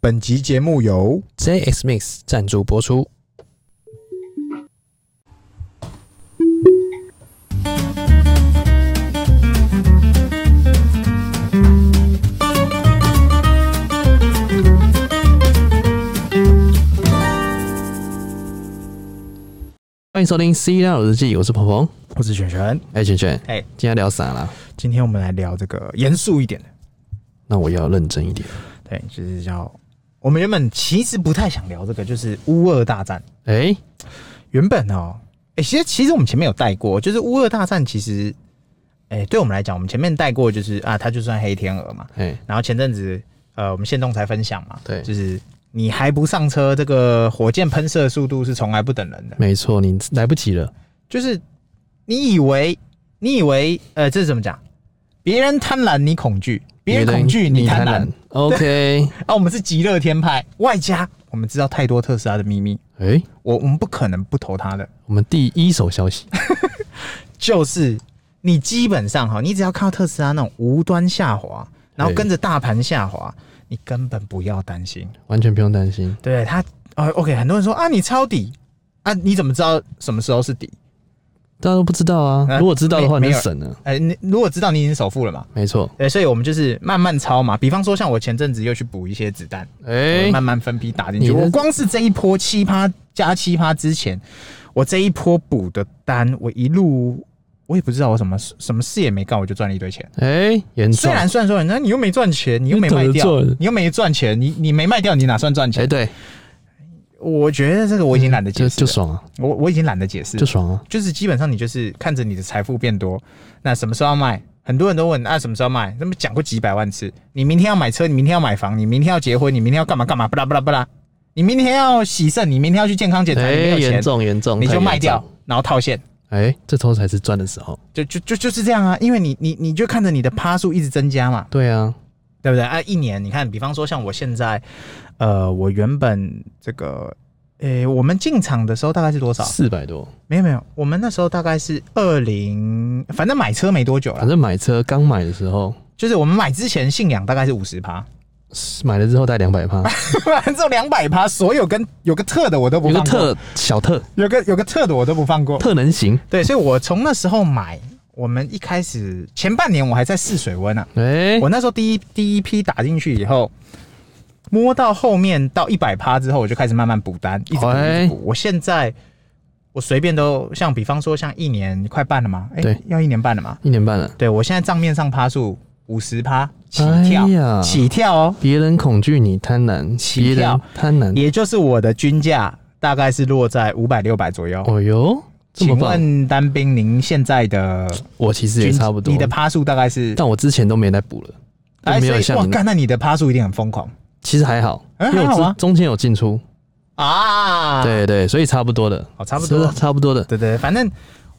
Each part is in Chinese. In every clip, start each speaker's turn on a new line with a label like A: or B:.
A: 本集节目由
B: JX Mix 赞助播出。欢迎收听《C 浪日记》，我是鹏鹏。
A: 我是璇璇。
B: 哎、圈圈，
A: 哎
B: 今天聊啥啦？
A: 今天我们来聊这个严肃一点的，
B: 那我要认真一点。
A: 对，就是叫我们原本其实不太想聊这个，就是乌俄大战。
B: 哎、
A: 原本哦，哎、其实其实我们前面有带过，就是乌俄大战，其实，哎、对我们来讲，我们前面带过，就是啊，它就算黑天鹅嘛。
B: 哎、
A: 然后前阵子，呃，我们线动才分享嘛，
B: 对
A: 就是你还不上车，这个火箭喷射速度是从来不等人的，
B: 没错，你来不及了。
A: 就是你以为你以为呃，这是怎么讲？别人贪婪，你恐惧；别人恐惧，你贪婪。。
B: OK，
A: 啊，我们是极乐天派，外加我们知道太多特斯拉的秘密，
B: 哎、
A: 我我们不可能不投它的。
B: 我们第一手 消息，
A: 就是你基本上哈，你只要看到特斯拉那种无端下滑，然后跟着大盘下滑，你根本不要担心。
B: 完全不用担心。
A: 对它，呃，OK，很多人说啊，你抄底啊，你怎么知道什么时候是底？
B: 大家都不知道啊，
A: 啊
B: 如果知道的话，
A: 没没
B: 你就
A: 有
B: 省了。
A: 哎、你如果知道你已经首付了嘛，
B: 没错，
A: 对，所以我们就是慢慢抄嘛。比方说，像我前阵子又去补一些子弹，
B: 哎、
A: 慢慢分批打进去。
B: 你的
A: 我光是这一波七趴加七趴之前，我这一波补的单，我一路我也不知道我什么什么事也没干，我就赚了一堆钱。
B: 哎，严重
A: 虽。然算说，那你又没赚钱，你又没卖
B: 你怎
A: 掉
B: 么做的，
A: 你又没赚钱，你你没卖掉，你哪算赚
B: 哎，
A: 钱？
B: 对，
A: 我觉得这个我已经懒得解
B: 就
A: 释了
B: 就，爽啊，
A: 我我已经懒得解释
B: 就，爽啊。
A: 就是基本上你就是看着你的财富变多，那什么时候要卖？很多人都问，啊，什么时候卖？那么讲过几百万次，你明天要买车，你明天要买房，你明天要结婚，你明天要干嘛干嘛，不啦不啦不啦，你明天要洗肾，你明天要去健康检查，你没
B: 哎，
A: 有
B: 严
A: 钱，
B: 重严重，
A: 你
B: 太
A: 就
B: 严
A: 卖掉
B: 重。，
A: 然后套现，
B: 哎，这时候才是赚的时候。
A: 就就就就是这样啊，因为你你你就看着你的趴数一直增加嘛，
B: 对啊，
A: 对不对？啊，一年你看，比方说像我现在，呃，我原本这个，诶、我们进场的时候大概是多少？
B: 四百多，
A: 没有没有，我们那时候大概是二零，反正买车没多久
B: 反
A: 了，
B: 正买车刚买的时候，
A: 就是我们买之前信仰大概是五十趴，
B: 买了之后带两百趴，
A: 反正两百趴，所有跟有个特的我都不
B: 有个
A: 放过，
B: 特小特
A: 有个有个特的我都不放过。
B: 特能型，
A: 对，所以我从那时候买，我们一开始前半年我还在试水温啊，
B: 哎，
A: 我那时候第一第一批打进去以后，摸到后面到一百趴之后，我就开始慢慢补单，一直补
B: 哎
A: 一直补。我现在我随便都像，比方说像一年快半了嘛，哎、
B: 对
A: 要一年半了嘛，
B: 一年半了，
A: 对我现在账面上趴数五十趴起跳，
B: 哎呀
A: 起跳哦，
B: 别人恐惧你贪婪，
A: 起
B: 别人
A: 跳
B: 贪婪，
A: 也就是我的均价大概是落在五百六百左右。
B: 哦哟，这么
A: 请
B: 棒，
A: 问单兵，您现在的
B: 我其实也
A: 均
B: 差不多。
A: 你的趴数大概是？
B: 但我之前都没来补了，都
A: 哎，
B: 没
A: 所
B: 有
A: 以哇，
B: 像你，
A: 干，那你的趴数一定很疯狂
B: 其实还好，
A: 哎
B: 因为
A: 还好
B: 我
A: 啊
B: 之中间有进出，
A: 啊！
B: 对对，所以差不多的，
A: 哦差不多
B: 是差不多的，
A: 对对，对反正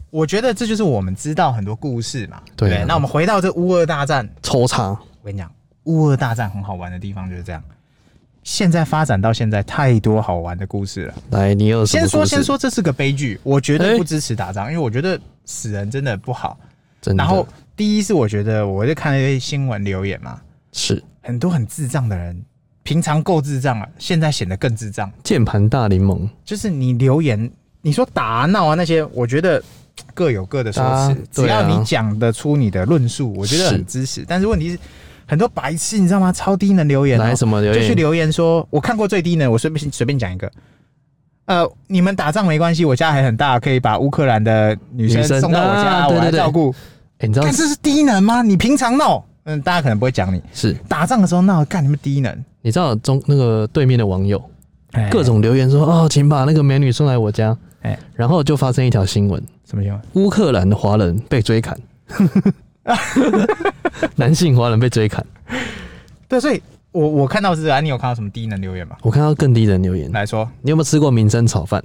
A: 我觉得这就是我们知道很多故事嘛。
B: 对啊
A: 不那我们回到这乌俄大战，
B: 抽查
A: 我跟你讲，乌俄大战很好玩的地方就是这样。现在发展到现在，太多好玩的故事了。
B: 来，你有什么
A: 先说
B: 故事
A: 先，说，这是个悲剧，我绝
B: 哎
A: 对不支持打仗，因为我觉得死人真的不好。
B: 真的
A: 然后第一是我觉得，我就看了一些新闻留言嘛，
B: 是
A: 很多很智障的人，平常够智障了，现在显得更智障。
B: 键盘大柠檬，
A: 就是你留言，你说打啊闹啊那些，我觉得各有各的说
B: 啊
A: 辞，只
B: 对啊
A: 要你讲得出你的论述，我觉得
B: 是
A: 很支持。但是问题是，很多白痴你知道吗？超低能留言、
B: 来
A: 哦，
B: 什么留
A: 就去
B: 言？
A: 留言说，我看过最低能，我随便随便讲一个。呃，你们打仗没关系，我家还很大，可以把乌克兰的女生
B: 女生
A: 送到我家，
B: 啊对
A: 我来
B: 对对
A: 照顾。
B: 哎，你知道
A: 但这是低能吗？你平常闹，嗯，大家可能不会讲你
B: 是，
A: 打仗的时候闹，干你们低能，
B: 你知道中那个对面的网友
A: 哎
B: 各种留言说哦，请把那个美女送来我家
A: 哎，
B: 然后就发生一条新闻，
A: 什么情况？
B: 乌克兰的华人被 追砍，男性华人被追砍，
A: 对，所以我我看到是啊，你有看到什么低能留言吗？
B: 我看到更低的人留言，
A: 来说，
B: 你有没有吃过民生炒饭？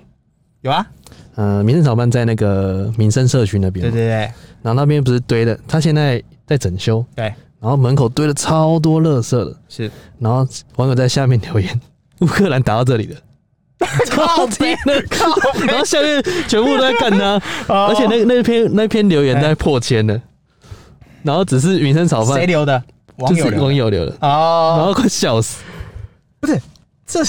A: 有啊，
B: 呃，民生炒饭在那个民生社区那边
A: 对
B: 嘛，
A: 对对
B: 然后那边不是堆了，他现在在整修，
A: 对，
B: 然后门口堆了超多垃圾的，
A: 是。
B: 然后网友在下面留言，乌克兰打到这里了。超低的，然后下面全部都在干他，
A: 哦
B: 而且那那篇那篇留言在破千了，然后只是民生炒饭
A: 谁留的？网
B: 就
A: 友
B: 是
A: 留
B: 网
A: 的
B: 友留的，然
A: 哦，
B: 后快笑死，
A: 不是 这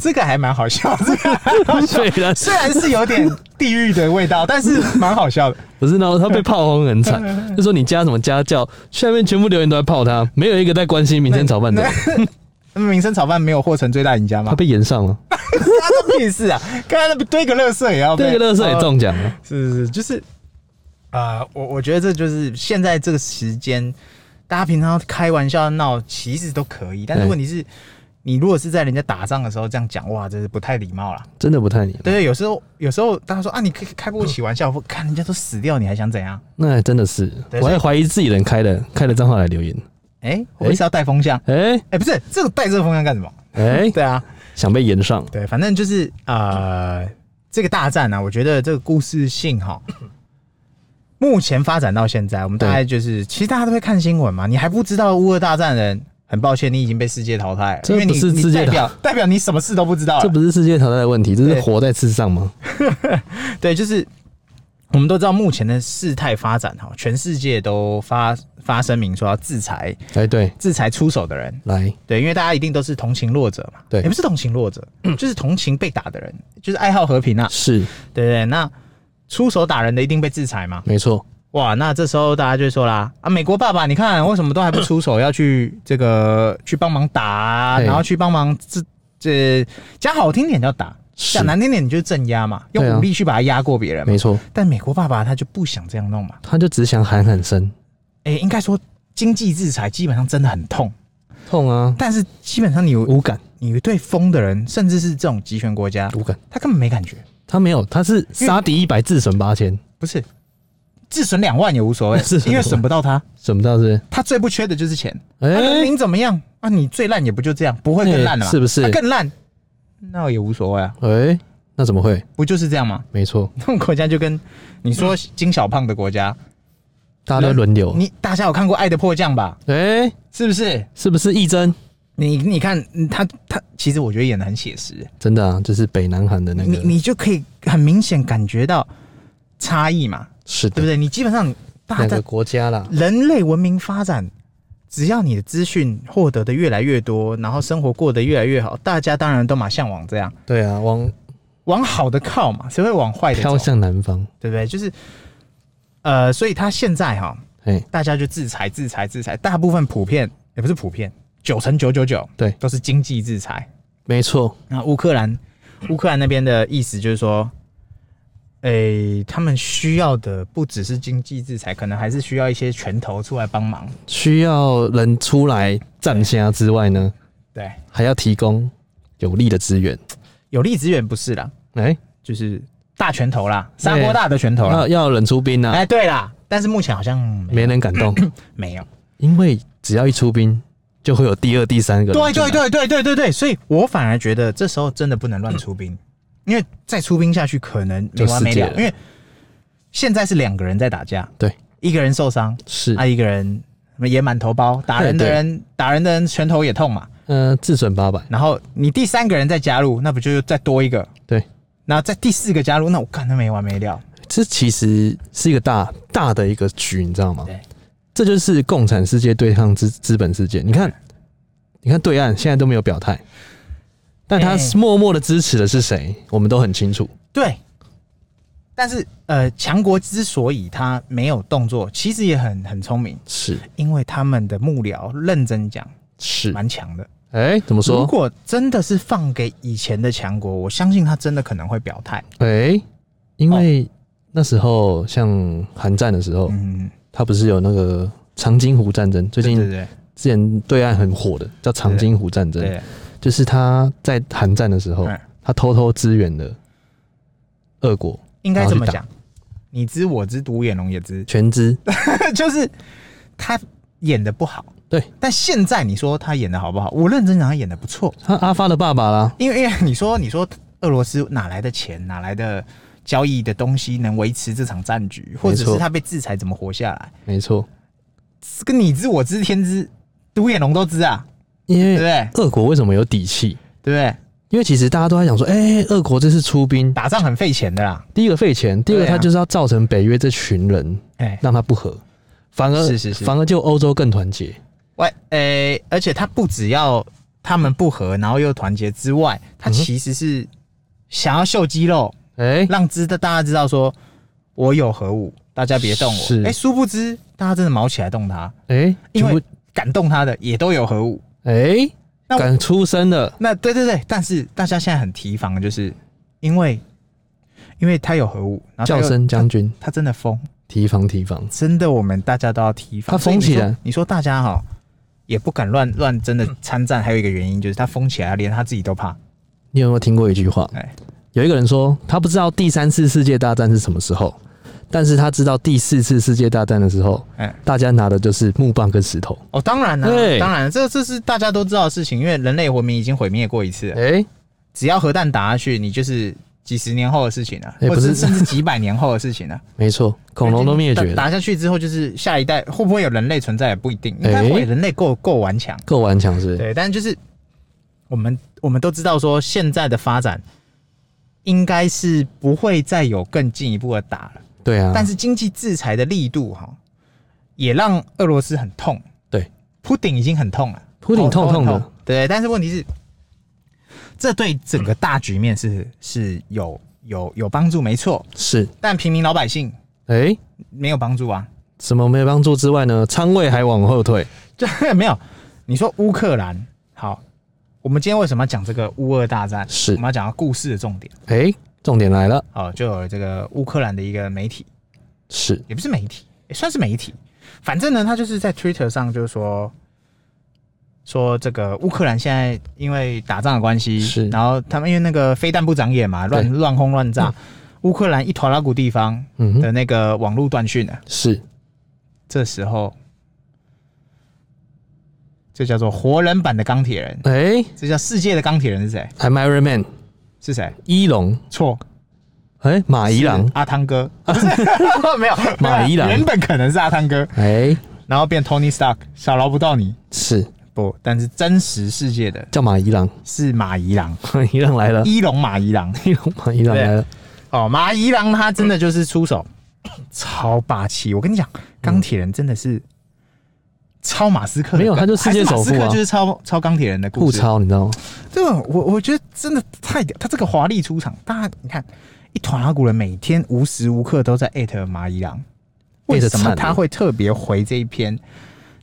A: 这个还蛮好笑，这个还好 笑
B: 对 了，
A: 虽然是有点地狱的味道，但是蛮好笑的。
B: 不是，然后他被炮轰很惨，就说你加什么家教，下面全部留言都在炮他，没有一个在关心民生炒饭的，
A: 那么民生炒饭没有获成最大赢家
B: 他
A: 吗？
B: 被延 上了，
A: 他屁事啊！刚才那不堆个乐色也要被
B: 这个乐色也
A: 哦
B: 中奖了。
A: 是是是，就是啊、呃我我觉得这就是现在这个时间，大家平常开玩笑闹其实都可以，但是
B: 对
A: 问题是，你如果是在人家打仗的时候这样讲，哇，这是不太礼貌啦。
B: 真的不太理，
A: 对对，有时候有时候大家说啊，你开开不起玩笑，
B: 嗯
A: 我看人家都死掉，你还想怎样？
B: 那还真的是，
A: 对
B: 我
A: 所以
B: 还怀疑自己人开的开的账号来留言，
A: 哎、我是要带风向，哎、
B: 哎
A: 不是这个带这个风向干什 么？
B: 哎，
A: 对啊，
B: 想被延上，
A: 对，反正就是呃，这个大战啊，我觉得这个故事性 哈，目前发展到现在，我们大概就是，其实大家都会看新闻嘛，你还不知道乌俄大战的人，很抱歉，你已经被世界淘汰了，
B: 这
A: 因为你
B: 不是
A: 你
B: 世界
A: 代
B: 淘
A: 表代表你什么事都不知道
B: 这
A: 了，
B: 不是世界淘汰的问题，这
A: 对
B: 是活在世上吗？
A: 对，就是。我们都知道目前的事态发展哈，全世界都发发声明说要制裁
B: 哎，对，
A: 制裁出手的人，
B: 来，
A: 对，因为大家一定都是同情弱者嘛，
B: 对
A: 也不是同情弱者，就是同情被打的人，就是爱好和平啊，
B: 是
A: 对不对？那出手打人的一定被制裁嘛？
B: 没错，
A: 哇，那这时候大家就会说啦啊，美国爸爸，你看为什么都还不出手，要去这个去帮忙打啊、
B: 嘿
A: 然后去帮忙这这讲好听点叫打，
B: 是
A: 讲难听点你就是镇压嘛，
B: 对啊
A: 用武力去把他压过别人嘛
B: 没。错，
A: 但美国爸爸他就不想这样弄嘛，
B: 他就只想喊喊声，
A: 诶，应该说经济制裁基本上真的很痛，
B: 痛啊，
A: 但是基本上你有
B: 无感，
A: 你对疯的人，甚至是这种集权国家，
B: 无感，
A: 他根本没感觉，
B: 他没有，他是杀敌一百自损八千，
A: 不是自损两万也无 所谓
B: 自，损
A: 因为
B: 两万
A: 损不到他。
B: 怎么到是不是？
A: 他最不缺的就是钱。
B: 哎、
A: 那人民怎么样啊？你最烂也不就这样，不会更烂了嘛？
B: 哎是不是
A: 啊更烂，那也无所谓啊，
B: 哎、那怎么会？
A: 不就是这样 吗？
B: 没错，
A: 那种国家就跟你说金小胖的国家，
B: 大家都轮流。
A: 你大家有看过《爱的迫降》吧？
B: 哎、
A: 是不是？
B: 哦是不是义珍？
A: 你你看嗯他他，其实我觉得演的很写实，
B: 真的啊，就是北南韩的那个。
A: 你你就可以很明显感觉到差异嘛，
B: 是
A: 对
B: 的
A: 不，对？你基本上大
B: 两
A: 家
B: 个国家啦，
A: 人类文明发展，只要你的资讯获得的越来越多，然后生活过得越来越好，大家当然都嘛向往这样。
B: 对啊，往
A: 往好的靠嘛，谁会往坏的走
B: 飘？向南方。
A: 对不对？就是，呃，所以他现在哈，
B: 哎、
A: 大家就制裁、制裁、制裁，大部分普遍也不是普遍，九成九九九，
B: 对
A: 都是经济制裁。
B: 没错，
A: 那乌克兰，乌克兰那边的意思就是说，诶、他们需要的不只是经济制裁，可能还是需要一些拳头出来帮忙。
B: 需要人出来站下之外呢，
A: 对，
B: 还要提供有力的资源。
A: 有力资源不是啦，
B: 哎、
A: 就是大拳头啦，砂锅大的拳头啦
B: 要。要人出兵
A: 哎、
B: 啊，
A: 对啦，但是目前好像没
B: 没人敢 动，
A: 没有。
B: 因为只要一出兵，就会有第二、第三个人
A: 对
B: 进来
A: 对，对对对对对，所以我反而觉得这时候真的不能乱出兵，因为再出兵下去可能没完没
B: 就世界
A: 了。
B: 了
A: 因为现在是两个人在打架，
B: 对，
A: 一个人受伤，
B: 是，
A: 啊，一个人什么也满头包，打人的
B: 对对
A: 人打人的人拳头也痛嘛。
B: 呃，自损八百，
A: 然后你第三个人再加入，那不就又再多一个？
B: 对，
A: 然后再第四个加入，那我看他没完没了。
B: 这其实是一个大大的一个局，你知道吗？
A: 对，
B: 这就是共产世界对抗资资本世界。你看，你看对岸现在都没有表态，但他
A: 哎
B: 默默的支持的是谁，我们都很清楚。
A: 对，但是呃，强国之所以他没有动作，其实也很很聪明，
B: 是
A: 因为他们的幕僚认真讲
B: 是，
A: 蛮强的。
B: 哎、怎么
A: 如
B: 说？
A: 果真的是放给以前的强国，我相信他真的可能会表态。
B: 哎、因为那时候像韩战的时候，
A: 嗯，
B: 他不是有那个长津湖战争？最
A: 对
B: 近
A: 对对
B: 之前对岸很火的叫长津湖战争，
A: 对，
B: 就是他在韩战的时候，
A: 哎
B: 他偷偷支援了俄国，
A: 应该这么
B: 然，
A: 讲，你知我知，独眼龙也知
B: 全支。
A: 就是他演的不好。
B: 对，
A: 但现在你说他演的好不好？我认真讲，他演的不错。
B: 他阿发的爸爸啦，
A: 因为因为你说你说俄罗斯哪来的钱，哪来的交易的东西能维持这场战局，或者
B: 没
A: 是
B: 错
A: 他被制裁怎么活下来？
B: 没错，
A: 这个你知我知，天知，独眼龙都知啊，
B: 因
A: 对不
B: 为
A: 对？
B: 俄国为什么有底气？
A: 对不对？
B: 因为其实大家都在想说，哎、俄国这次出兵，
A: 打仗很费钱的啦，
B: 第一个费钱，第二个
A: 对啊
B: 他就是要造成北约这群人
A: 哎，
B: 让他不和，反而
A: 是是是
B: 反而就欧洲更团结。
A: 喂，诶、而且他不只要他们不和，然后又团结之外，
B: 嗯
A: 他其实是想要秀肌肉，
B: 哎，
A: 让知的大家知道说我有核武，大家别动我。
B: 是
A: 哎、殊不知大家真的毛起来动他，
B: 哎，
A: 因
B: 全部
A: 为敢动他的也都有核武。
B: 哎，
A: 那我啊
B: 敢出声的，
A: 那对对对，但是大家现在很提防，的就是因为因为他有核武，然后他
B: 叫
A: 又
B: 声将军，
A: 他真的疯，
B: 提防提防。
A: 真的我们大家都要提防。
B: 他疯起来
A: 所以你说，你说大家哈也不敢乱乱真的参战，还有一个原因就是他疯起来，连他自己都怕。
B: 你有没有听过一句话？
A: 哎，
B: 有一个人说，他不知道第三次世界大战是什么时候，但是他知道第四次世界大战的时候，
A: 哎
B: 大家拿的就是木棒跟石头。
A: 哦，当然啦、
B: 对
A: 当然，啊这这是大家都知道的事情，因为人类文明已经毁灭过一次了
B: 哎、
A: 只要核弹打下去，你就是几十年后的事情了、啊
B: 哎
A: 或者
B: 不是
A: 是甚至几百年后的事情了、啊
B: 没错， 恐龙都灭绝
A: 打
B: 了，
A: 打下去之后，就是下一代会不会有人类存在也不一定，应该
B: 哎
A: 会，人类够够顽强。
B: 够顽强是不是？
A: 对，但是就是我们我们都知道说，现在的发展应该是不会再有更进一步的打了，
B: 对啊，
A: 但是经济制裁的力度哈，也让俄罗斯很痛。
B: 对，
A: 普顶已经很痛了，
B: 普丁痛痛的
A: 头很对，但是问题是，这对整个大局面是是有有有帮助，没错，
B: 是
A: 但平民老百姓
B: 哎、
A: 没有帮助啊，
B: 什么没帮助之外呢？仓位还往后退，
A: 这 没有。你说乌克兰好，我们今天为什么要讲这个乌俄大战？
B: 是
A: 我们要讲到故事的重点。
B: 哎、重点来了，
A: 哦，就有这个乌克兰的一个媒体，
B: 是
A: 也不是媒体，也算是媒体。反正呢，他就是在 Twitter 上就是说，说这个乌克兰现在因为打仗的关系，
B: 是
A: 然后他们因为那个飞弹不长眼嘛，乱
B: 对
A: 乱轰乱炸，乌、克兰一坨拉古地方
B: 嗯哼
A: 的那个网络断讯了。啊
B: 是
A: 这时候，这叫做活人版的钢铁人，
B: 哎、
A: 这叫世界的钢铁人是谁？
B: i m Iron Man
A: 是谁？
B: 伊隆，
A: 错，
B: 哎、马伊
A: 是
B: 朗，
A: 阿汤 哥，没有
B: 马伊琍
A: 原本可能是阿汤哥，
B: 哎、
A: 然后变 Tony Stark，小劳不到你。
B: 是
A: 不，但是真实世界的
B: 叫马伊朗，
A: 是马伊琍，
B: 马伊朗来了，
A: 伊隆马伊琍。
B: 伊隆马伊朗来了，
A: 哦，马伊琍她真的就是出手超霸气。我跟你讲，钢铁人真的是超马斯克的梗，
B: 没有他就世界首富
A: 还
B: 啊
A: 是马斯克就是超超钢铁人的故
B: 互
A: 事。
B: 超你知道吗？
A: 这个我我觉得真的太屌，他这个华丽出场，大家你看，一团阿古人每天无时无刻都在艾特马伊琍，为什么他会特别回这一篇？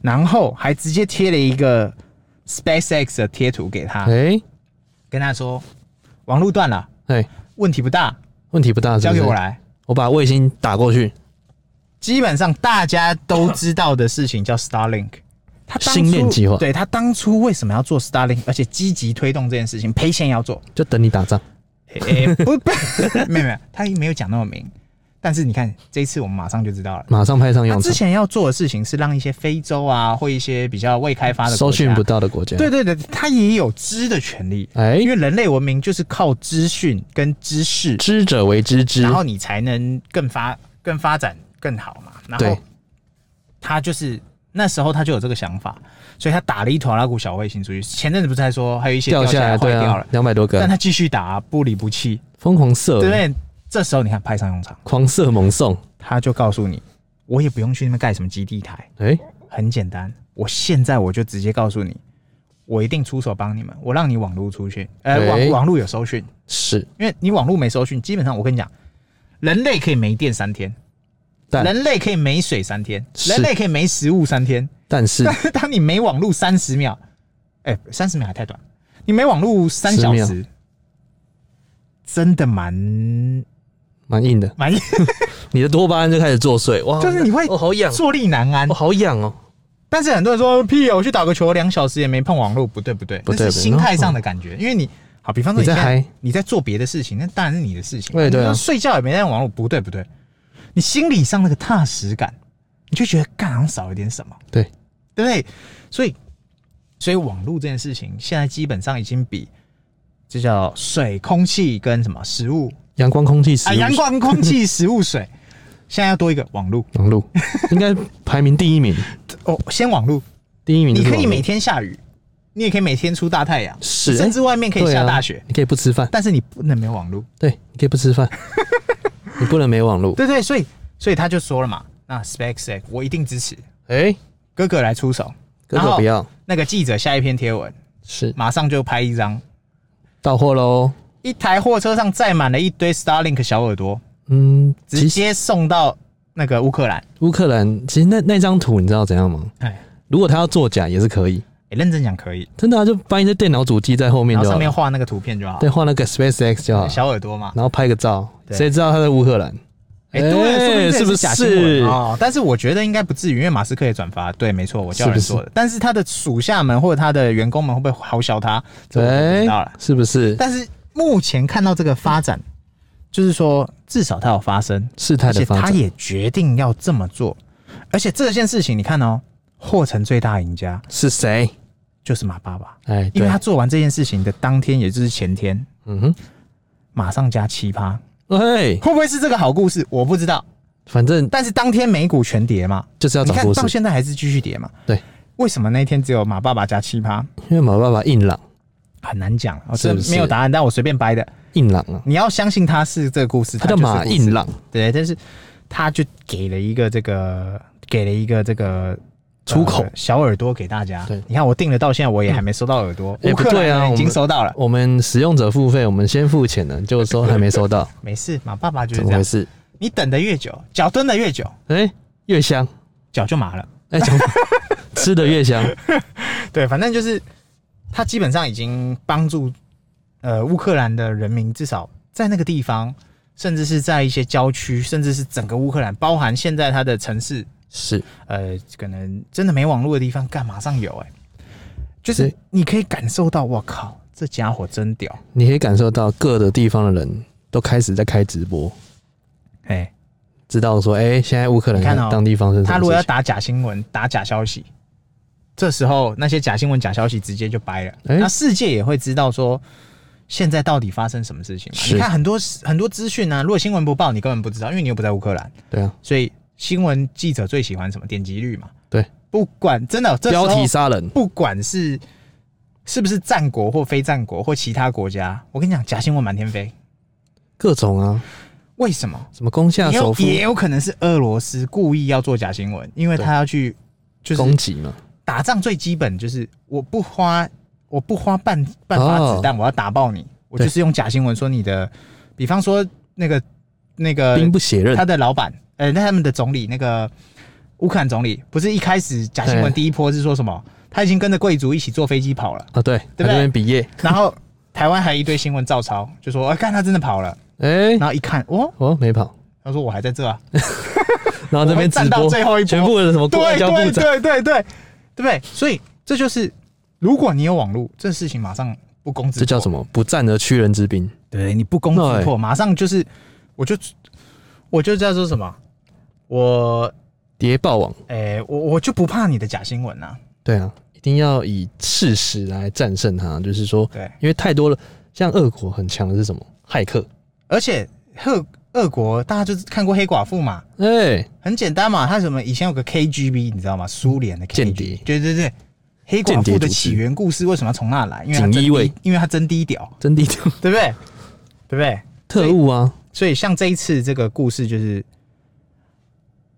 A: 然后还直接贴了一个 SpaceX 的贴图给他，
B: 哎
A: 跟他说网路断了，
B: 哎、
A: 问题不大，
B: 问题不大是
A: 交
B: 不是
A: 给我来。
B: 我把卫星打过去，
A: 基本上大家都知道的事情叫 Starlink。他当初
B: 星链计划
A: 对他当初为什么要做 Starlink，而且积极推动这件事情，赔钱也要做。
B: 就等你打仗。
A: 诶、诶 不不，没有没有，他没有讲那么明。但是你看，这一次我们马上就知道了。
B: 马上派上
A: 他
B: 用
A: 之
B: 场。
A: 前要做的事情是让一些非洲啊，或一些比较未开发的
B: 搜
A: 国
B: 寻
A: 家
B: 不，到的国家，
A: 对，对对，他也有知的权利，
B: 哎
A: 因，为人类文明就是靠资讯跟知识，
B: 知者为知之，
A: 然后你才能更发、更发展、更好嘛。然后
B: 对
A: 他就是那时候他就有这个想法，所以他打了一坨拉古小卫星出去。前阵子不是还说还有一些
B: 掉
A: 下
B: 下来，
A: 坏
B: 对
A: 掉了，
B: 啊，两百多个
A: 但，他继续打、不离不弃，
B: 疯狂射，
A: 对不对？这时候你看派上用场。
B: 狂射猛送，
A: 他就告诉你，我也不用去那边盖什么基地台，
B: 哎，
A: 很简单，我现在我就直接告诉你，我一定出手帮你们，我让你网络出去，呃，
B: 哎
A: 网网络有收讯，
B: 是，
A: 因为你网络没收讯，基本上我跟你讲，人类可以没电三天，
B: 但
A: 人类可以没水三天，
B: 是
A: 人类可以没食物三天，
B: 但是
A: 但是 当你没网络三十秒，哎、3三十秒还太短，你没网络三小
B: 10
A: 时，真的蛮
B: 蛮硬的，
A: 蛮，
B: 你的多巴胺就开始作祟，哇，
A: 就是你会
B: 哦，好痒，
A: 坐立难安
B: 哦，。好痒哦，
A: 但是很多人说屁哦，我去打个球两小时也没碰网络，不对不对，
B: 不对
A: 那
B: 哦
A: 是心态上的感觉，因为你好，比方说
B: 你在
A: 现
B: 嗨
A: 你在做别的事情，那当然是你的事情。
B: 对对啊
A: 你说睡觉也没在用网络，不对不对，你心理上那个踏实感，你就觉得干好像少了点什么，
B: 对，
A: 对不对？所以，所以网络这件事情现在基本上已经比这叫水、空气跟什么食物
B: 阳光、空气、食
A: 啊，
B: 物、
A: 阳光、空气、食物、水，现在要多一个网络
B: 网路， 应该排名第一名，
A: 哦，先网络。
B: 第一名就
A: 你
B: 是
A: 可以
B: 网路
A: 每天下雨，你也可以每天出大太阳，
B: 是，
A: 甚至
B: 哎
A: 外面可以
B: 对
A: 下
B: 啊
A: 大雪，
B: 你可以不吃饭，
A: 但是你不能没有网络。
B: 对，你可以不 吃饭，你不能没网路，
A: 对对，所以所以他就说了嘛，那 SpaceX 我一定支持，
B: 哎，
A: 哥哥来出手。
B: 哥
A: 然
B: 哥
A: 后
B: 不要，
A: 那个记者下一篇贴文
B: 是
A: 马上就拍一张。
B: 到货喽。
A: 一台货车上载满了一堆 Starlink 小耳朵，
B: 嗯，
A: 直
B: 其实
A: 接送到那个乌克兰。
B: 乌克兰其实那那张图你知道怎样吗？
A: 哎、
B: 如果他要作假也是可以，
A: 欸认真讲可以，
B: 真的、啊、就搬一些电脑主机在后面
A: 然后
B: 就好
A: 上面
B: 了，
A: 画那个图片就好
B: 啊对，。画啊那个 SpaceX 就好了，
A: 小耳朵嘛，
B: 然后拍个照，
A: 对
B: 谁知道他在乌克兰？
A: 哎、对，说不定这也
B: 是不
A: 假新闻
B: 是？
A: 哦？但是我觉得应该不至于，因为马斯克也转发，对，没错，我叫
B: 是不
A: 人
B: 是
A: 做的。但是他的属下们或者他的员工们会不会好笑他？这我就不知
B: 对
A: 道了，。
B: 是不是？
A: 但是目前看到这个发展，就是说至少它有发生，
B: 事态
A: 而
B: 的
A: 且
B: 发
A: 他
B: 展，
A: 也决定要这么做。而且这件事情，你看哦，霍城最大赢家
B: 是谁？
A: 就是马爸爸，
B: 哎，
A: 因为
B: 对
A: 他，做完这件事情的当天，也就是前天，
B: 嗯哼，
A: 马上加七趴，
B: 哎，
A: 会不会是这个好故事？我不知道。
B: 反正
A: 但是当天美股全跌嘛，
B: 就是要
A: 你
B: 找
A: 看
B: 故
A: 到
B: 事，
A: 现在还是继续跌嘛。
B: 对，
A: 为什么那一天只有马爸爸加七趴？
B: 因为马爸爸硬朗，
A: 很难讲，哦这
B: 是不是
A: 没有答案，但我随便掰的。
B: 硬朗啊，
A: 你要相信他是这个故事，
B: 他叫
A: 就是
B: 马
A: 故事
B: 硬朗，
A: 对，但是他就给了一个这个，给了一个这个
B: 出口
A: 呃小耳朵给大家。
B: 对
A: 你看我订了到现在我也还没收到耳朵，
B: 哎
A: 乌克
B: 不对
A: 兰
B: 啊
A: 人已
B: 我
A: 经
B: 们
A: 收到了，
B: 我们使用者付费，我们先付钱了，就是说还没收到，
A: 没事，马爸爸 就是
B: 怎
A: 这
B: 么回
A: 样，
B: 事？
A: 你等的越久，脚蹲的越久，
B: 哎，越香，
A: 脚就麻了。
B: 哎， 怎么吃的越香？
A: 对，反正就是他基本上已经帮助呃乌克兰的人民，至少在那个地方，甚至是在一些郊区，甚至是整个乌克兰，包含现在他的城市，
B: 是
A: 呃，可能真的没网络的地方，干马上有哎、就是
B: 对
A: 你可以感受到，我靠，这家伙真屌，
B: 你可以感受到各个地方的人都开始在开直播，
A: 哎、
B: 知道说，哎、现在乌克兰
A: 你看哦
B: 当地发生什
A: 他
B: 么
A: 如果
B: 事
A: 要
B: 情？
A: 打假新闻、打假消息，这时候那些假新闻、假消息直接就掰了。
B: 哎
A: 那世界也会知道说现在到底发生什么事情嘛？
B: 是
A: 你看很多很多资讯啊，如果新闻不报，你根本不知道，因为你又不在乌克兰，
B: 对啊，
A: 所以新闻记者最喜欢什么点击率嘛？
B: 对，
A: 不管真的这时候
B: 标题杀人，
A: 不管是是不是战国或非战国或其他国家，我跟你讲，假新闻满天飞。
B: 各种啊，
A: 为什么？
B: 什么攻下
A: 也
B: 首
A: 有
B: 富
A: 也有可能是俄罗斯故意要做假新闻，因为他要去就是
B: 攻击嘛，
A: 打仗最基本就是我不花我不花半半发子弹，我要打爆你，我就是用假新闻说你的，比方说那个那个
B: 兵不血刃
A: 他，的老板，呃，那他们的总理那个乌克兰总理，不是一开始假新闻
B: 对
A: 第一波是说什么？他已经跟着贵族一起坐飞机跑了，
B: 啊，对，
A: 对不对
B: 他这边比耶，
A: 然后台湾还一堆新闻照抄，就说哎，看他真的跑了，
B: 哎、
A: 然后一看，哦，
B: 哦，没跑，
A: 他说我还在这啊，
B: 然后这边直
A: 我站到
B: 播，
A: 最后一波
B: 全部的什么国外
A: 对
B: 交
A: 对
B: 部长，
A: 对对对，对不对？所以这就是，如果你有网络，这事情马上不攻自破，
B: 这叫什么？不战而屈人之兵，
A: 对你不攻自破，马上就是，我就我就叫做什么，我
B: 谍报网，
A: 诶、我我就不怕你的假新闻啊，
B: 对啊，一定要以事实来战胜它，就是说，
A: 对，
B: 因为太多了，像俄国很强的是什么？骇客，
A: 而且俄俄国大家就是看过黑寡妇嘛，
B: 哎、
A: 很简单嘛，他什么以前有个 KGB，你知道吗？苏联的 KGB,
B: 间谍
A: 对对对，黑寡
B: 间谍
A: 妇
B: 组
A: 的
B: 织
A: 起源故事为什么要从那来？因为他
B: 锦
A: 真
B: 衣卫
A: 低，因为他真低调，
B: 真的就
A: 对不对？对不对？
B: 特务啊，
A: 所以像这一次这个故事，就是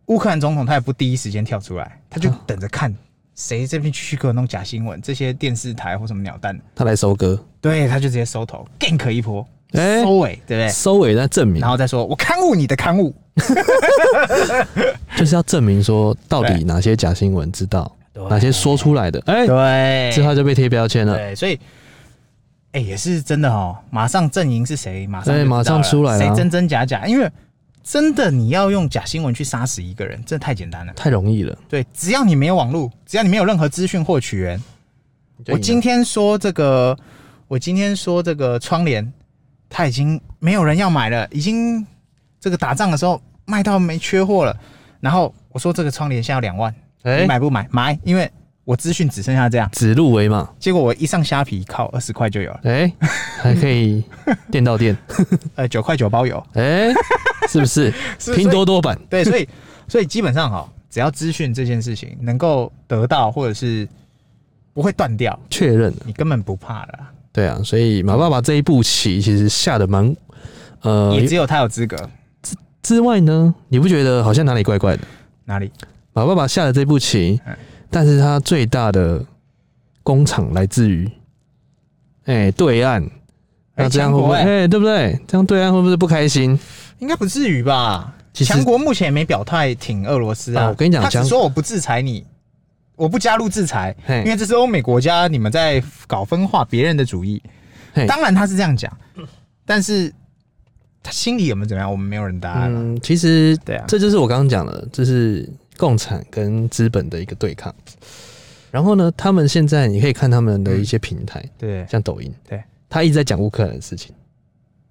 A: 乌克兰总统他也不第一时间跳出来，他就等着看谁这边继续给我弄假新闻，这些电视台或什么鸟蛋的，
B: 他来收割，
A: 对，他就直接收头，gank 一波，
B: 哎
A: 收尾，对不对？
B: 收尾在证明
A: 然，后再说我刊物你的刊物，
B: 就是要证明说到
A: 对
B: 底哪些假新闻知道
A: 对，
B: 哪些说出来的，哎、
A: 对，
B: 之后就被贴标签了。
A: 对，所以，哎、也是真的哦。马上阵营是谁，马上
B: 对
A: 就知道
B: 马上
A: 了
B: 出来了
A: 谁真真假假，因为真的你要用假新闻去杀死一个人，这太简单了。
B: 太容易了，
A: 对，只要你没有网络，只要你没有任何资讯获取源，我
B: 就赢了
A: 今天说这个，我今天说这个窗帘，它已经没有人要买了，已经这个打仗的时候卖到没缺货了。然后我说这个窗帘现在要两万，
B: 哎、
A: 你买不买？买，因为我资讯只剩下这样。
B: 指鹿为马，
A: 结果我一上虾皮，靠，二十块就有了，
B: 哎、还可以电到电，
A: 呃，九块九包邮。
B: 哎、是不是？
A: 是
B: 拼多多版，
A: 对，所以所以基本上哈，只要资讯这件事情能够得到，或者是不会断掉，
B: 确认了，
A: 你根本不怕了啦。
B: 对啊，所以马爸爸这一步棋其实下的蛮，呃，
A: 也只有他有资格。
B: 之外呢，你不觉得好像哪里怪怪的？
A: 哪里？
B: 马
A: 哎
B: 爸爸下的这步棋
A: 嗯，
B: 但是他最大的工厂来自于哎、对岸，
A: 哎
B: 那这样
A: 强
B: 会不
A: 国
B: 会哎、
A: 哎
B: 对不对？这样对岸会不会不开心？
A: 应该不至于吧？
B: 其实
A: 强国目前也没表态挺俄罗斯啊。
B: 啊我跟你讲
A: 他只
B: 强
A: 说我不制裁你，我不加入制裁，
B: 嘿
A: 因为这是欧美国家你们在搞分化别人的主义
B: 嘿。
A: 当然他是这样讲，但是他心里有没有怎么样，我们没有人答案啊。
B: 嗯，其实
A: 对啊
B: 这就是我刚刚讲的，这是共产跟资本的一个对抗。然后呢，他们现在你可以看他们
A: 嗯
B: 的一些平台，
A: 对，
B: 像抖音，
A: 对
B: 他一直在讲乌克兰的事情，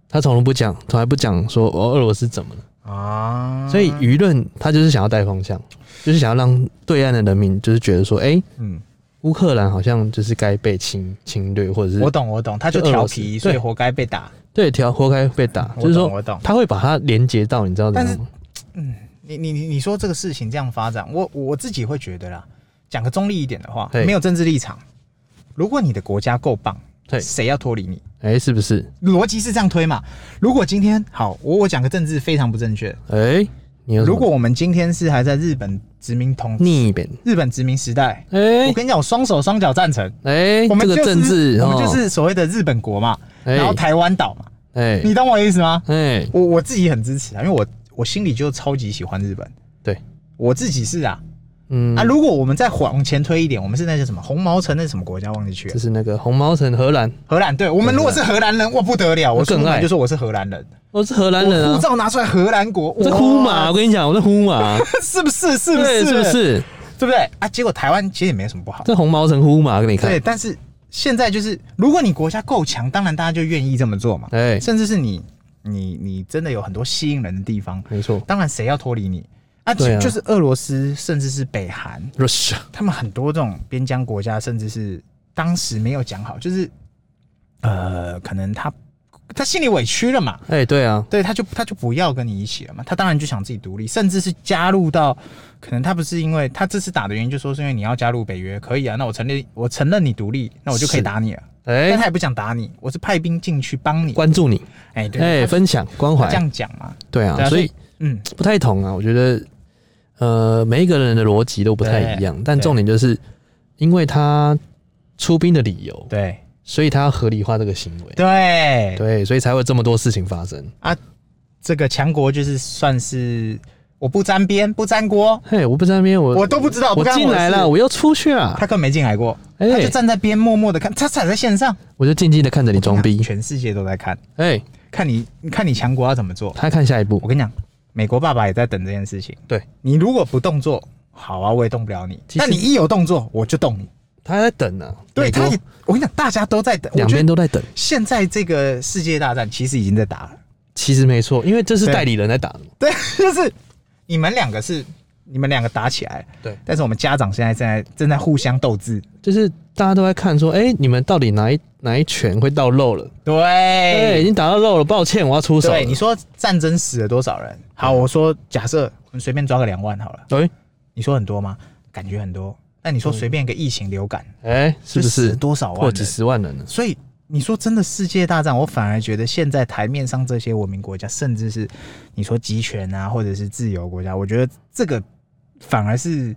B: 他从来不讲，从来不讲说哦俄罗斯怎么了，
A: 啊，
B: 所以舆论他就是想要带风向，就是想要让对岸的人民就是觉得说，哎、
A: 嗯，
B: 乌克兰好像就是该被侵侵略，或者
A: 我
B: 是
A: 懂我懂，他就
B: 就俄
A: 调
B: 罗斯
A: 皮，
B: 对
A: 所以活该被打。
B: 对条活该被打，
A: 我
B: 就是
A: 懂
B: 说
A: 我懂。
B: 他会把它连接到，你知道怎
A: 但
B: 样
A: 是
B: 吗？
A: 你你你你说这个事情这样发展，我我自己会觉得啦，讲个中立一点的话，
B: 嘿
A: 没有政治立场，如果你的国家够棒，
B: 对，
A: 谁要脱离你？
B: 哎、是不是？
A: 逻辑是这样推嘛？如果今天好，我我讲个政治非常不正确。
B: 哎、你有什么
A: 如果我们今天是还在日本殖民统
B: 逆变，
A: 日本殖民时代，
B: 哎
A: 我跟你讲，我双手双脚赞成。
B: 哎，
A: 我们
B: 这个
A: 就是
B: 政治，
A: 我们
B: 哦
A: 就是所谓的日本国嘛，
B: 哎
A: 然后台湾岛嘛，
B: 哎
A: 你懂我意思吗？
B: 哎
A: 我我自己很支持啊，因为我我心里就超级喜欢日本，
B: 对，
A: 我自己是啊
B: 嗯
A: 啊！，如果我们再往前推一点，我们是那叫什么红毛城那是什么国家忘记去了
B: 这？是那个红毛城荷兰，
A: 荷兰，对我们如果是荷兰人，哇不得了，我出
B: 更爱
A: 门就说我是荷兰人，
B: 我是荷兰人
A: 我护
B: 啊，
A: 照拿出来荷兰国，
B: 我在
A: 哇
B: 呼嘛，我跟你讲，我在呼嘛，
A: 是不 是？是不
B: 对，
A: 是？
B: 是不？是？
A: 对不对？啊，结果台湾其实也没什么不好，
B: 在红毛城呼嘛，给你看
A: 对。，但是现在就是，如果你国家够强，当然大家就愿意这么做嘛。
B: 哎，
A: 甚至是你，你，你真的有很多吸引人的地方，
B: 没错
A: 当然谁要脱离你啊？就
B: 对啊
A: 就是俄罗斯，甚至是北韩，
B: ，Russia，
A: 他们很多这种边疆国家，甚至是当时没有讲好，就是呃，可能他他心里委屈了嘛，
B: 哎，对啊，
A: 对，他就他就不要跟你一起了嘛，他当然就想自己独立，甚至是加入到，可能他不是因为他这次打的原因，就说是因为你要加入北约，可以啊，那我承认我承认你独立，那我就可以
B: 是
A: 打你了，但
B: 哎，
A: 他也不想打你，我是派兵进去帮你，
B: 关注你，
A: 哎、对，
B: 哎，分享关
A: 他这
B: 怀，
A: 样讲嘛，
B: 对
A: 对啊
B: 啊，所以
A: 嗯，
B: 不太同啊，我觉得，呃，每一个人的逻辑都不太一样，但重点就是，因为他出兵的理由，
A: 对
B: 所以他要合理化这个行为，
A: 对，
B: 对，所以才会有这么多事情发生。
A: 这个强国就是算是我不沾边不沾锅，
B: 嘿，我不在那边，我
A: 我都不知道不
B: 我
A: 干我
B: 进来
A: 的事
B: 了，我又出去啊了，
A: 他根本没进来过，
B: 哎
A: 他就站在边默默的看，他踩在线上，
B: 我就静静的看着你装逼。
A: 全世界都在看，
B: 哎，
A: 看你看你强国要怎么做。
B: 他看下一步
A: 我，跟你讲，美国爸爸也在等这件事情。
B: 对
A: 你如果不动作，好啊，我也动不了你。
B: 其实
A: 但你一有动作，我就动你。
B: 他还在等呢。
A: 对，
B: 美国
A: 他也，我跟你讲，大家都在等。我
B: 两
A: 觉
B: 边
A: 得
B: 都在等。
A: 现在这个世界大战其实已经在打了。
B: 其实没错，因为这是
A: 对
B: 代理人在打的嘛。
A: 对， 就是你们两个是你们两个打起来，
B: 对，
A: 但是我们家长现在正在正在互相斗智。
B: 就是大家都在看说，哎，你们到底哪一哪一拳会到肉了？哎，已
A: 对，
B: 经打到肉了，抱歉，我要出手了。
A: 对，你说战争死了多少人？
B: 啊
A: 好，我说假设我们随便抓个两万好了，
B: 哎
A: 你说很多吗？感觉很多。但你说随便一个疫情流感，
B: 哎，是不
A: 就死了
B: 是
A: 多少万
B: 破
A: 人？
B: 几十万人了？
A: 所以你说真的世界大战，我反而觉得现在台面上这些文明国家，甚至是你说集权啊，或者是自由国家，我觉得这个反而是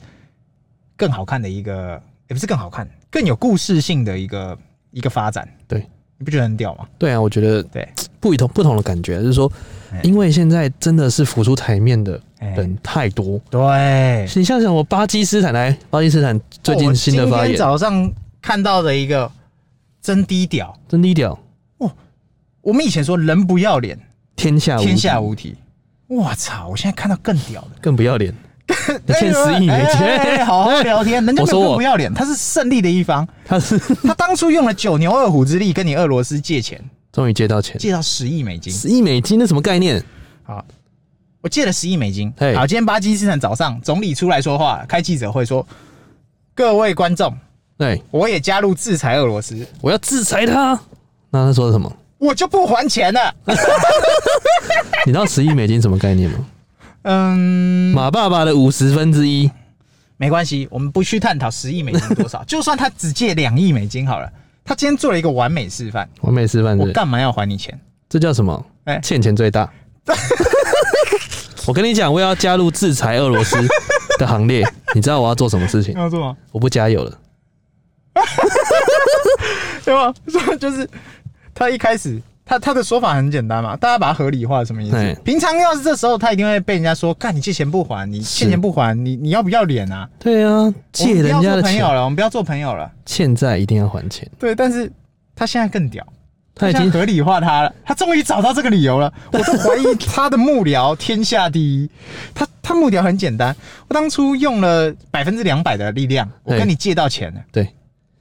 A: 更好看的一个，也不是更好看，更有故事性的一个一个发展。
B: 对，
A: 你不觉得很屌吗？
B: 对啊，我觉得
A: 对，
B: 不一同不同的感觉，就是说
A: 哎，
B: 因为现在真的是浮出台面的
A: 哎
B: 人太多，
A: 对，
B: 你想想，我巴基斯坦来，巴基斯坦最近新的
A: 哦我
B: 发
A: 今天
B: 言，
A: 早上看到的一个真低调。
B: 真低调，
A: 我们以前说人不要脸，
B: 天下啊无敌
A: 天下无敌。我操！我现在看到更屌的。
B: 更不要 脸，欠十亿美金
A: 哎哎哎好好聊 天，人家
B: 我
A: 没有
B: 说
A: 更
B: 我
A: 不要脸，他是胜利的一 方。
B: 他是
A: 他当初用了九牛二虎之力跟你俄罗斯借钱，
B: 终于借到钱，
A: 借到十亿美金。
B: 十亿美金，那什么概念？
A: 好，我借了十亿美金。
B: 嘿
A: 好，今天巴基斯坦早上总理出来说话，开记者会说：“各位观众，
B: 对，
A: 我也加入制裁俄罗斯，
B: 我要制裁他。那他说的什 么？
A: 我就不还钱 了。
B: 你知道十亿美金什么概念吗？”
A: 嗯，
B: 马爸爸的五十分之一，
A: 没关系，我们不去探讨十亿美金多 少，就算他只借两亿美金好了。他今天做了一个完美示范，
B: 完美示范
A: 我
B: 是，
A: 干嘛要还你钱？
B: 这叫什么
A: 哎？
B: 欠钱 最大。我跟你讲，我也要加入制裁俄罗斯的 行列。哦你知道我要做什么事情？
A: 要做吗？
B: 我不加油了。
A: 对吧？说就是他一开始他他的说法很简单嘛，大家把它合理化什么意
B: 哎
A: 思？平常要是这时候他一定会被人家说，干你借钱不还，你欠钱不还，你你要不要脸啊？
B: 对啊，借
A: 我们
B: 人
A: 不
B: 家
A: 要
B: 的
A: 做朋友
B: 钱，
A: 了，我们不要做朋友了。
B: 欠债一定要还钱。
A: 对，但是他现在更屌，
B: 他已
A: 现在
B: 经
A: 合理化他了，他终于找到这个理由了。我都怀疑他的幕僚天下第一，他他幕僚很简单，我当初用了百分之两百的力量，我
B: 对
A: 跟你借到钱了，
B: 对，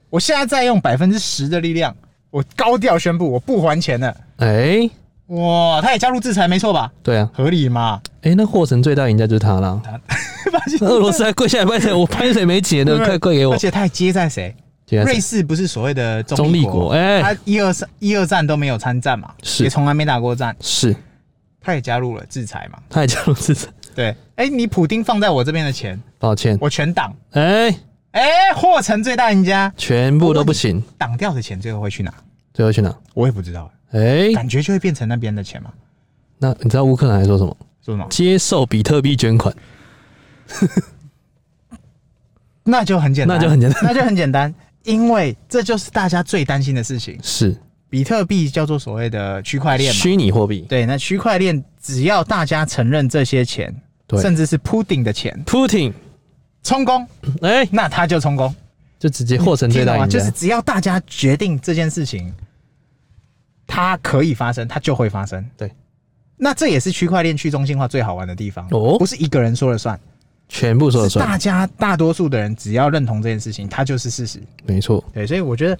A: 我现在再用百分之十的力量，我高调宣布我不还钱了。
B: 哎、
A: 哇，他也加入制裁，没错吧？
B: 对啊，
A: 合理嘛？
B: 哎、那霍神最大赢家就是他啦。
A: 发现
B: 那俄罗斯还跪下来拍手，我拍谁没解
A: 对
B: 呢？
A: 不对
B: 快快给我
A: 而！且他还接在谁？
B: 接下来
A: 瑞士不是所谓的
B: 中立国，
A: 国，
B: 哎、
A: 他一二三一二战都没有参战嘛，
B: 是
A: 也从来没打过仗，
B: 是，他
A: 他也加入了制裁嘛。
B: 也加入制裁，
A: 对，哎、你普丁放在我这边的钱，
B: 抱歉，
A: 我全挡。
B: 哎、
A: 哎、霍城最大赢家，
B: 全部都不行，
A: 挡掉的钱最后会去哪？
B: 最后去哪？
A: 我也不知道，
B: 哎、
A: 感觉就会变成那边的钱嘛。
B: 那你知道乌克兰还说什么？
A: 说什么？
B: 接受比特币捐款，
A: 那就很简单，
B: 那就很简单，
A: 那就很简单，因为这就是大家最担心的事情。
B: 是
A: 比特币叫做所谓的区块链嘛，
B: 虚拟货币。
A: 对，那区块链只要大家承认这些钱，
B: 对
A: 甚至是 pudding 的钱
B: Putin，
A: 充公，
B: 哎、
A: 那他就充公，
B: 就直接获胜最
A: 听
B: 大
A: 懂吗？
B: 赢家，
A: 就是只要大家决定这件事情，它可以发生，它就会发生。
B: 对，
A: 那这也是区块链去中心化最好玩的地方
B: 哦
A: 不是一个人说了算，
B: 全部说了
A: 是大
B: 算，
A: 家大多数的人只要认同这件事情，它就是事实。
B: 没错。
A: 对，所以我觉得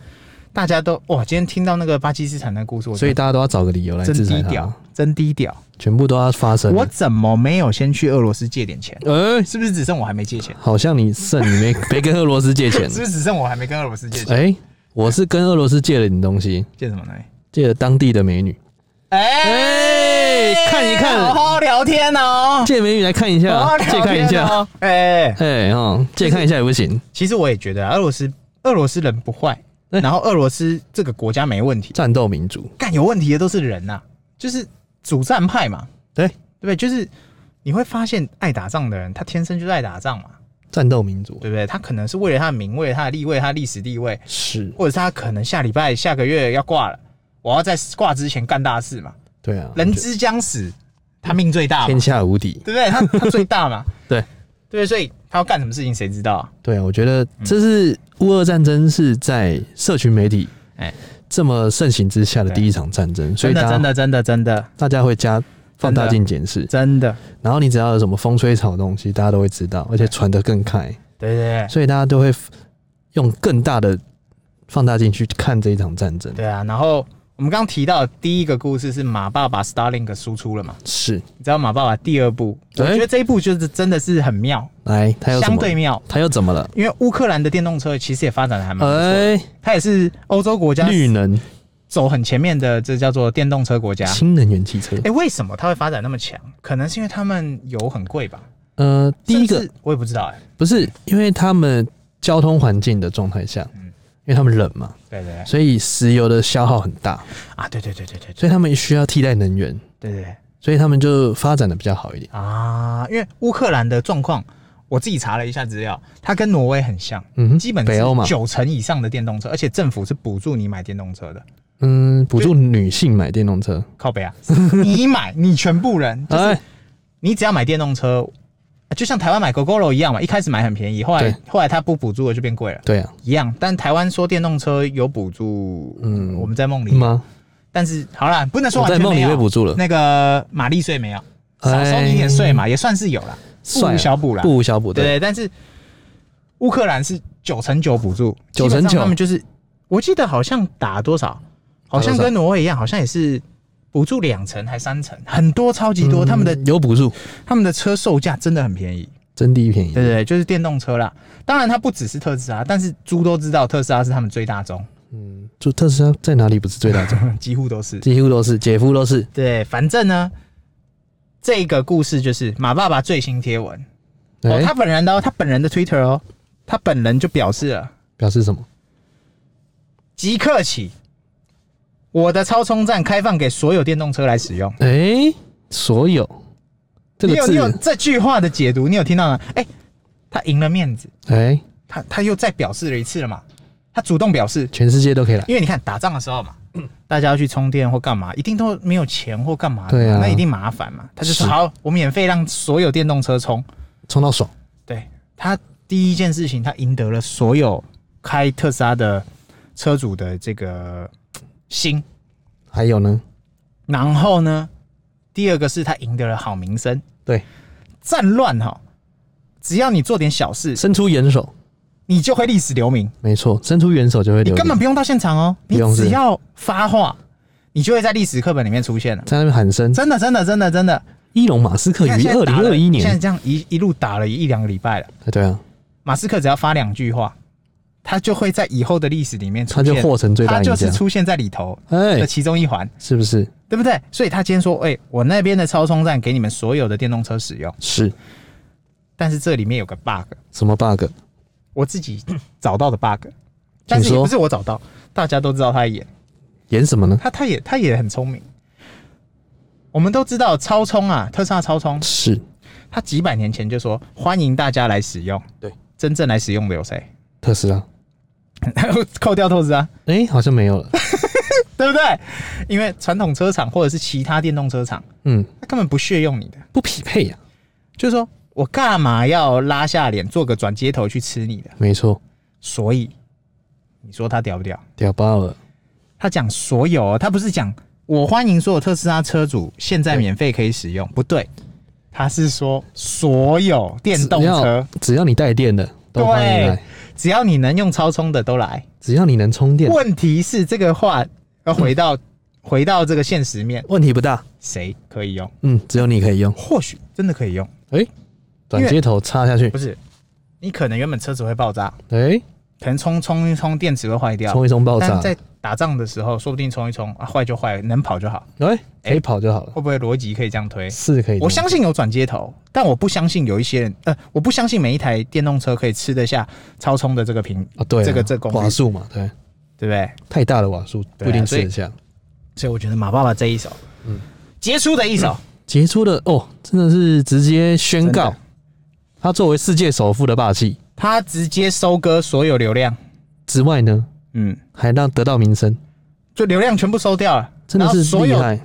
A: 大家都哇，今天听到那个巴基斯坦的故事，我觉
B: 所以
A: 得
B: 大家都要啊找个理由来
A: 真
B: 制裁
A: 低
B: 他
A: 调，，真低调。
B: 全部都要发生。
A: 我怎么没有先去俄罗斯借点钱？
B: 哎、
A: 是不是只剩我还没借钱？
B: 好像你剩你 没没跟俄罗斯 借钱
A: 是，不是只剩我还没跟俄罗斯借钱？
B: 哎、我是跟俄罗斯借了你东西，
A: 借什么呢？
B: 借了当地的美女，
A: 哎、
B: 哎看一看
A: 好好聊天哦，
B: 借美女来看一
A: 好
B: 下
A: 好，聊天
B: 借看一下，
A: 哦。哎、
B: 哎哈，借看一下也不行，
A: 其实我也觉得啊俄罗斯俄罗斯人不坏，
B: 哎
A: 然后俄罗斯这个国家没问题，
B: 战斗民族，
A: 干有问题的都是人呐、就是主战派嘛，
B: 对
A: 对不对？就是你会发现爱打仗的人，他天生就是爱打仗嘛，
B: 战斗民族
A: 对不对？他可能是为了他的名，为了他的利，为了他的历史地位，
B: 是，
A: 或者是他可能下礼拜、下个月要挂了，我要在挂之前干大事嘛。
B: 对啊，
A: 人之将死，他命最大嘛，
B: 天下无敌，
A: 对不对？他他最大嘛，
B: 对
A: 对，所以他要干什么事情谁知道啊？
B: 对啊，我觉得这是乌俄战争是在社群媒体
A: 哎，
B: 这么盛行之下的第一场战争，
A: 真
B: 所以
A: 的
B: 大
A: 真
B: 家
A: 的真的真的
B: 大家会加放大镜检视，
A: 真的，
B: 然后你只要有什么风吹草动，其实大家都会知道，而且传得更开，
A: 对对
B: 所以大家都会用更大的放大镜去看这一场战争
A: 对，对啊。然后我们刚刚提到的第一个故事是马爸爸 Starlink 输出了嘛？
B: 是，
A: 你知道马爸爸第二部，我
B: 对
A: 觉得这一部就是真的是很妙，
B: 来，他有什
A: 相
B: 么？
A: 对妙。
B: 他又怎么了？
A: 因为乌克兰的电动车其实也发展的还蛮不嗯错，
B: 哎、
A: 它也是欧洲国家
B: 绿能、
A: 走很前面的，这叫做电动车国家。
B: 新能源汽车。
A: 啊哎、为什么它会发展那么强？可能是因为他们油很贵吧。
B: 呃，第一
A: 甚
B: 个
A: 至我也不知道哎、
B: 不是因为他们交通环境的状态下，
A: 嗯
B: 因为他们冷嘛，
A: 对对对
B: 所以石油的消耗很大，
A: 啊，对对对对对对
B: 所以他们需要替代能源，
A: 对对对
B: 所以他们就发展的比较好一点。
A: 啊！因为乌克兰的状况，我自己查了一下资料，它跟挪威很像，
B: 嗯哼，
A: 基本
B: 北欧嘛
A: 是，九成以上的电动车，而且政府是补助你买电动车的。
B: 嗯，补助女性买电动车，
A: 靠北啊，你买你全部人，就
B: 哎、
A: 是你只要买电动车，就像台湾买 GoGoRo 一样嘛，一开始买很便宜，后来
B: 对
A: 后来它不补助了就变贵了，
B: 对啊，
A: 一样。但台湾说电动车有补助，嗯，
B: 嗯
A: 我们在梦里，
B: 吗？
A: 但是好啦，不能说
B: 我
A: 完
B: 在
A: 全
B: 梦
A: 没
B: 里
A: 有
B: 被补助哎了，
A: 那个马力税没有，少收你一点税嘛，也算是有啦，不
B: 算
A: 无
B: 了
A: 小补啦。
B: 不无小补的，
A: 对，但是乌克兰是九成九补助，
B: 9%
A: 基本上他们就是，我记得好像打多少，好像
B: 打多少
A: 跟挪威一样，好像也是补助两成还三成，很多超级多，他们的
B: 嗯有补助，
A: 他们的车售价真的很便宜，
B: 真第一便宜，
A: 对对对，就是电动车啦。当然它不只是特斯拉，但是猪都知道特斯拉是他们最大宗，
B: 嗯，就特斯拉在哪里不是最大众，
A: 几乎都是。
B: 几乎都是，姐夫都是，
A: 对，反正呢，这个故事就是马爸爸最新贴文，
B: 哎、
A: 哦，他本人的、哦，他本人的 Twitter 哦，他本人就表示了，
B: 表示什么？
A: 即刻起，我的超充站开放给所有电动车来使用。
B: 哎、所有这个
A: 你有你有
B: 字，
A: 这句话的解读，你有听到吗？哎、他赢了面子，
B: 哎、
A: 他他又再表示了一次了嘛。他主动表示，
B: 全世界都可以来。
A: 因为你看打仗的时候嘛，
B: 嗯
A: 大家要去充电或干嘛，一定都没有钱或干嘛的嘛，
B: 对啊
A: 那一定麻烦嘛。他就说
B: 是
A: 好，我免费让所有电动车充。
B: 冲到爽，
A: 对他第一件事情，他赢得了所有开特斯拉的车主的这个嘖心。
B: 还有呢，
A: 然后呢，第二个是他赢得了好名声。
B: 对，
A: 战乱哈，只要你做点小事，
B: 伸出援手，
A: 你就会历史留名。
B: 没错，伸出援手就会
A: 你
B: 留。
A: 根本不用到现场哦，
B: 不
A: 你
B: 用是
A: 只要发话，你就会在历史课本里面出现了。
B: 在那边喊声，
A: 真的，真的，真的，真的。
B: 伊隆马斯克
A: 你看
B: 于
A: 现
B: 二
A: 在打
B: 零
A: 了
B: 二一
A: 现在
B: 年，
A: 这样一一路打了一两个礼拜了，
B: 哎对啊，
A: 马斯克只要发两句话，他就会在以后的历史里面出
B: 他
A: 现，
B: 就获成最
A: 他
B: 大赢
A: 就是
B: 家，
A: 出现在里头
B: 哎
A: 的，其中一环，
B: 是不是？
A: 对不对？所以他今天说，哎、我那边的超充站给你们所有的电动车使用，
B: 是
A: 但是这里面有个 bug，
B: 什么 bug？
A: 我自己找到的 bug，但 是
B: 请
A: 也
B: 说
A: 不是我找到，大家都知道他演，
B: 演什么呢？
A: 他他也他也很聪明。我们都知道超充啊，特斯拉超充，
B: 是
A: 他几百年前就说欢迎大家来使用，
B: 对，
A: 真正来使用的有谁？
B: 特斯拉，
A: 扣掉透支啊，
B: 哎，好像没有 了，
A: 对不对？因为传统车厂或者是其他电动车厂，
B: 嗯，
A: 他根本不屑用你的，
B: 不匹配啊呀，
A: 就是说我干嘛要拉下脸做个转接头去吃你的？
B: 没错，
A: 所以你说他屌不屌？
B: 屌爆了，
A: 他讲所有哦，他不是讲我欢迎所有特斯拉车主现在免费可以使用，不对，他是说所有电动
B: 只
A: 车
B: 要，只要你带电的都欢迎
A: 对
B: 来，，
A: 只要你能用超充的都来。
B: 只要你能充电，
A: 问题是这个话要回到回到这个现实面，
B: 问题不大，
A: 谁可以用？
B: 嗯，只有你可以用，
A: 或许真的可以用，
B: 哎，转接头插下去
A: 不，是？你可能原本车子会爆炸，
B: 哎，
A: 可能充充一充电池会坏掉，
B: 冲一冲爆炸
A: 但，在打仗的时候，说不定充一充啊，坏就坏，能跑就好，
B: 哎，可以跑就好了，
A: 会不会逻辑可以这样推？
B: 是可以的，
A: 我相信有转接头，但我不相信有一些人，呃，我不相信每一台电动车可以吃得下超充的这个屏，
B: 啊，对啊，
A: 这个这个功率
B: 瓦数嘛，对，
A: 对不对？
B: 太大的瓦数不
A: 对啊
B: 一定
A: 所以
B: 吃得下。
A: 所以我觉得马爸爸这一手，嗯，杰出的一手，
B: 杰出的哦，真的是直接宣
A: 真
B: 告
A: 的
B: 他作为世界首富的霸气
A: 他直接收割所有流量，
B: 之外呢，
A: 嗯，
B: 还让得到名声，
A: 就流量全部收掉了，
B: 真的
A: 然后
B: 是
A: 所
B: 厉
A: 有
B: 害。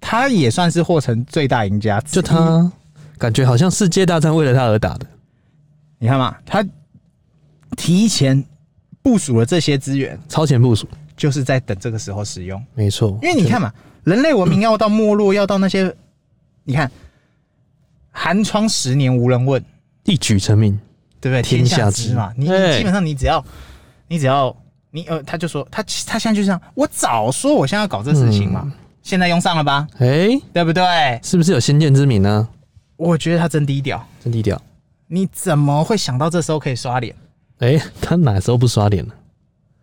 A: 他也算是获成最大赢家。
B: 就，他感觉好像世界大战为了他而打的，
A: 你看嘛，他提前部署了这些资源，
B: 超前部署，
A: 就是在等这个时候使用。
B: 没错。
A: 因为你看嘛，人类文明要到没落，要到那些，你看，寒窗十年无人问，
B: 一举成名，
A: 对不对？
B: 天
A: 天
B: 下
A: 下
B: 知
A: 知嘛，你
B: 哎
A: 你基本上你只要，你只要你呃，他就说他他现在就这样，我早说我现在要搞这事情
B: 嗯
A: 嘛，现在用上了吧，
B: 哎、
A: 对不对？
B: 是不是有先见之明呢、
A: 我觉得他真低调，
B: 真低调。
A: 你怎么会想到这时候可以刷脸？
B: 哎、他哪时候不刷脸了？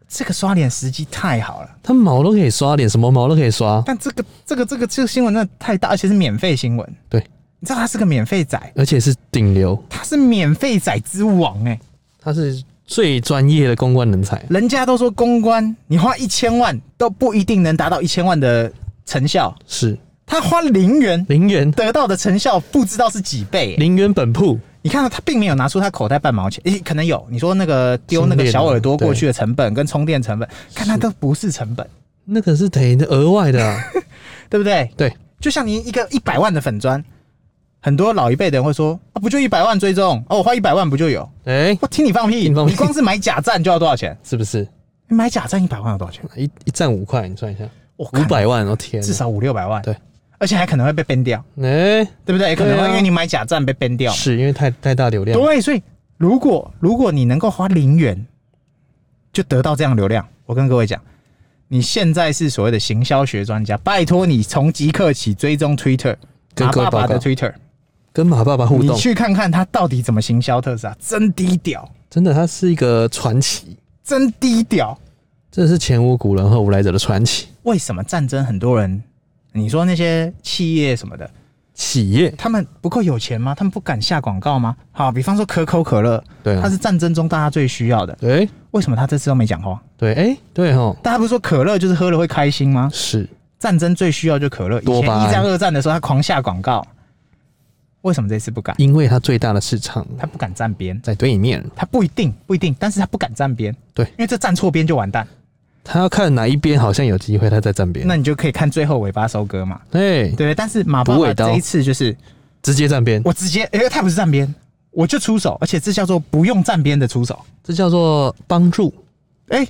A: 这个刷脸时机太好了，
B: 他毛都可以刷脸，什么毛都可以刷，
A: 但这个这个这个这个新闻真的太大，而且是免费新闻。
B: 对，
A: 你知道他是个免费仔，
B: 而且是顶流，
A: 他是免费仔之王哎、
B: 他是最专业的公关人才。
A: 人家都说公关，你花一千万都不一定能达到一千万的成效，
B: 是
A: 他花零元
B: 陵园，
A: 得到的成效不知道是几倍、欸
B: 陵园本铺，
A: 你看到他并没有拿出他口袋半毛钱，诶、可能有。你说那个丢那个小耳朵过去的成本跟充电成本，看那都不是成本，
B: 那个是等于额外的、啊。
A: 对不 对？
B: 对，
A: 就像你一个一百万的粉砖，很多老一辈的人会说啊，不就一百万追踪哦，我花一百万不就有？
B: 哎、
A: 我听你放屁，
B: 听你放屁
A: 你光是买假站就要多少钱？
B: 是不是？
A: 你买假站一百万要多少钱？
B: 一一站五块，你算一下，
A: 我看
B: 五百万， 我、天啊，
A: 至少五六百万，
B: 对，
A: 而且还可能会被 ban 掉，
B: 哎、
A: 对不对？可
B: 对啊
A: 能会因为你买假站被 ban 掉。
B: 是因啊为太太大流量，
A: 对，啊所以如果如果你能够花零元就得到这样流量，我跟各位讲，你现在是所谓的行销学专家，拜托你从即刻起追踪 Twitter，
B: 跟
A: 马
B: 各位
A: 爸
B: 报
A: 爸
B: 告
A: 的 Twitter，
B: 跟马爸爸互
A: 你
B: 动，
A: 去看看他到底怎么行销特斯拉，真低调，
B: 真的，他是一个传奇，
A: 真低调。
B: 这是前无古人后无来者的传奇。
A: 为什么战争很多人？你说那些企业什么的，
B: 企业
A: 他们不够有钱吗？他们不敢下广告吗？好，比方说可口可乐，
B: 对啊
A: 它是战争中大家最需要的，
B: 对、
A: 为什么他这次都没讲话？
B: 对，哎、对吼，
A: 大家不是说可乐就是喝了会开心吗？
B: 是
A: 战争最需要就可乐。以
B: 多
A: 前
B: 巴胺
A: 一战、二战的时候，他狂下广告。为什么这次不敢？
B: 因为它最大的市场
A: 他不敢站边，
B: 在对面，
A: 他不一定不一定，但是他不敢站边，
B: 对
A: 因为这站错边就完蛋。
B: 他要看哪一边好像有机会，他在站边。
A: 那你就可以看最后尾巴收割嘛，
B: 对，
A: 对。但是马爸
B: 补
A: 爸
B: 尾刀
A: 这一次就是
B: 直接站边，
A: 我直接，因为他不是站边，我就出手，而且这叫做不用站边的出手，
B: 这叫做帮助。
A: 哎、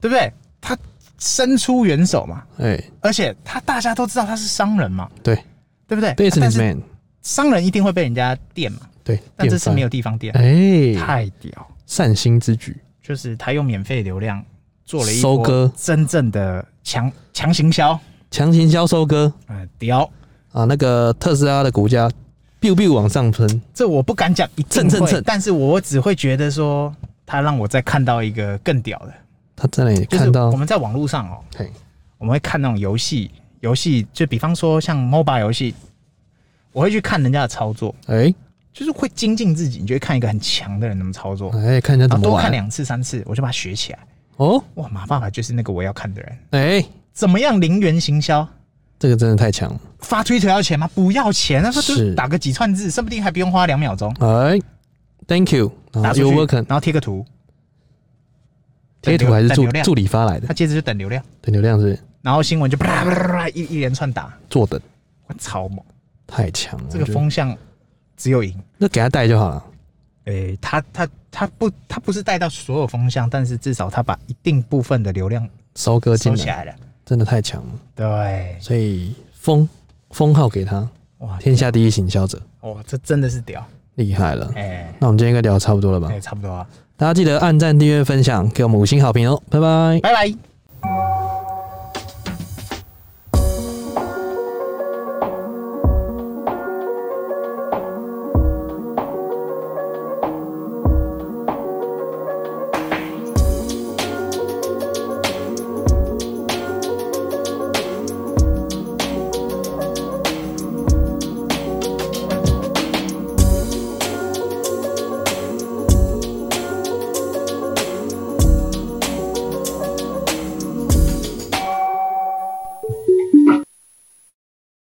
A: 对不对？他伸出援手嘛，
B: 哎，
A: 而且他大家都知道他是商人嘛，
B: 对
A: 对不对？啊但是
B: ，businessman，
A: 商人一定会被人家电嘛，
B: 对，
A: 但这次没
B: 有。
A: 有地方电，
B: 哎，
A: 太屌！
B: 善心之举，
A: 就是他用免费流量做了一
B: 收
A: 波
B: 割
A: 真正的强强行销，
B: 强行销收割
A: 嗯，屌！
B: 啊！那个特斯拉的股价 biu biu 往上喷，
A: 这我不敢讲一定
B: 蹭蹭
A: 会
B: 蹭，
A: 但是我只会觉得说，他让我再看到一个更屌的，
B: 他在那里
A: 就是
B: 看到
A: 我，们在网络上哦，
B: 嘿，
A: 我们会看那种游戏，游戏就比方说像 MOBA 游戏，我会去看人家的操作，
B: 哎
A: 就是会精进自己，你就会看一个很强的人怎么操作，
B: 哎，看人
A: 然
B: 家怎
A: 后
B: 么
A: 多啊看
B: 玩
A: 两次三次，我就把它学起来。
B: 哦，
A: 哇，马爸爸就是那个我要看的人，
B: 哎，
A: 怎么样零元行销？
B: 这个真的太强了，
A: 发推特要钱吗？不要钱，那就是
B: 是
A: 打个几串字，说不定还不用花两秒钟，
B: 哎，Thank you，然
A: 打
B: 后
A: 出
B: you
A: 去，
B: working，
A: 然后贴个图，
B: 贴图还是
A: 等
B: 助
A: 流量
B: 助理发来的
A: 他，接着就等流量，
B: 等流量是
A: 然后新闻就啪啪啪啪啪一一连串打，
B: 坐等，
A: 我超猛，
B: 太强了，
A: 这个
B: 我觉得
A: 风向只有赢。
B: 那给他带就好了。
A: 诶、他他他不他不是带到所有风向，但是至少他把一定部分的流量
B: 收割
A: 收
B: 进
A: 起
B: 来，
A: 来了。
B: 真的太强了。
A: 对，
B: 所以封封号给他，
A: 哇
B: 天下第一行销者，
A: 哇，这真的是屌！
B: 厉害了。
A: 哎、
B: 那我们今天应该聊得差不多了吧
A: 哎、？差不多啊，
B: 大家记得按赞、订阅、分享，给我们五星好评哦，拜拜。
A: 拜拜。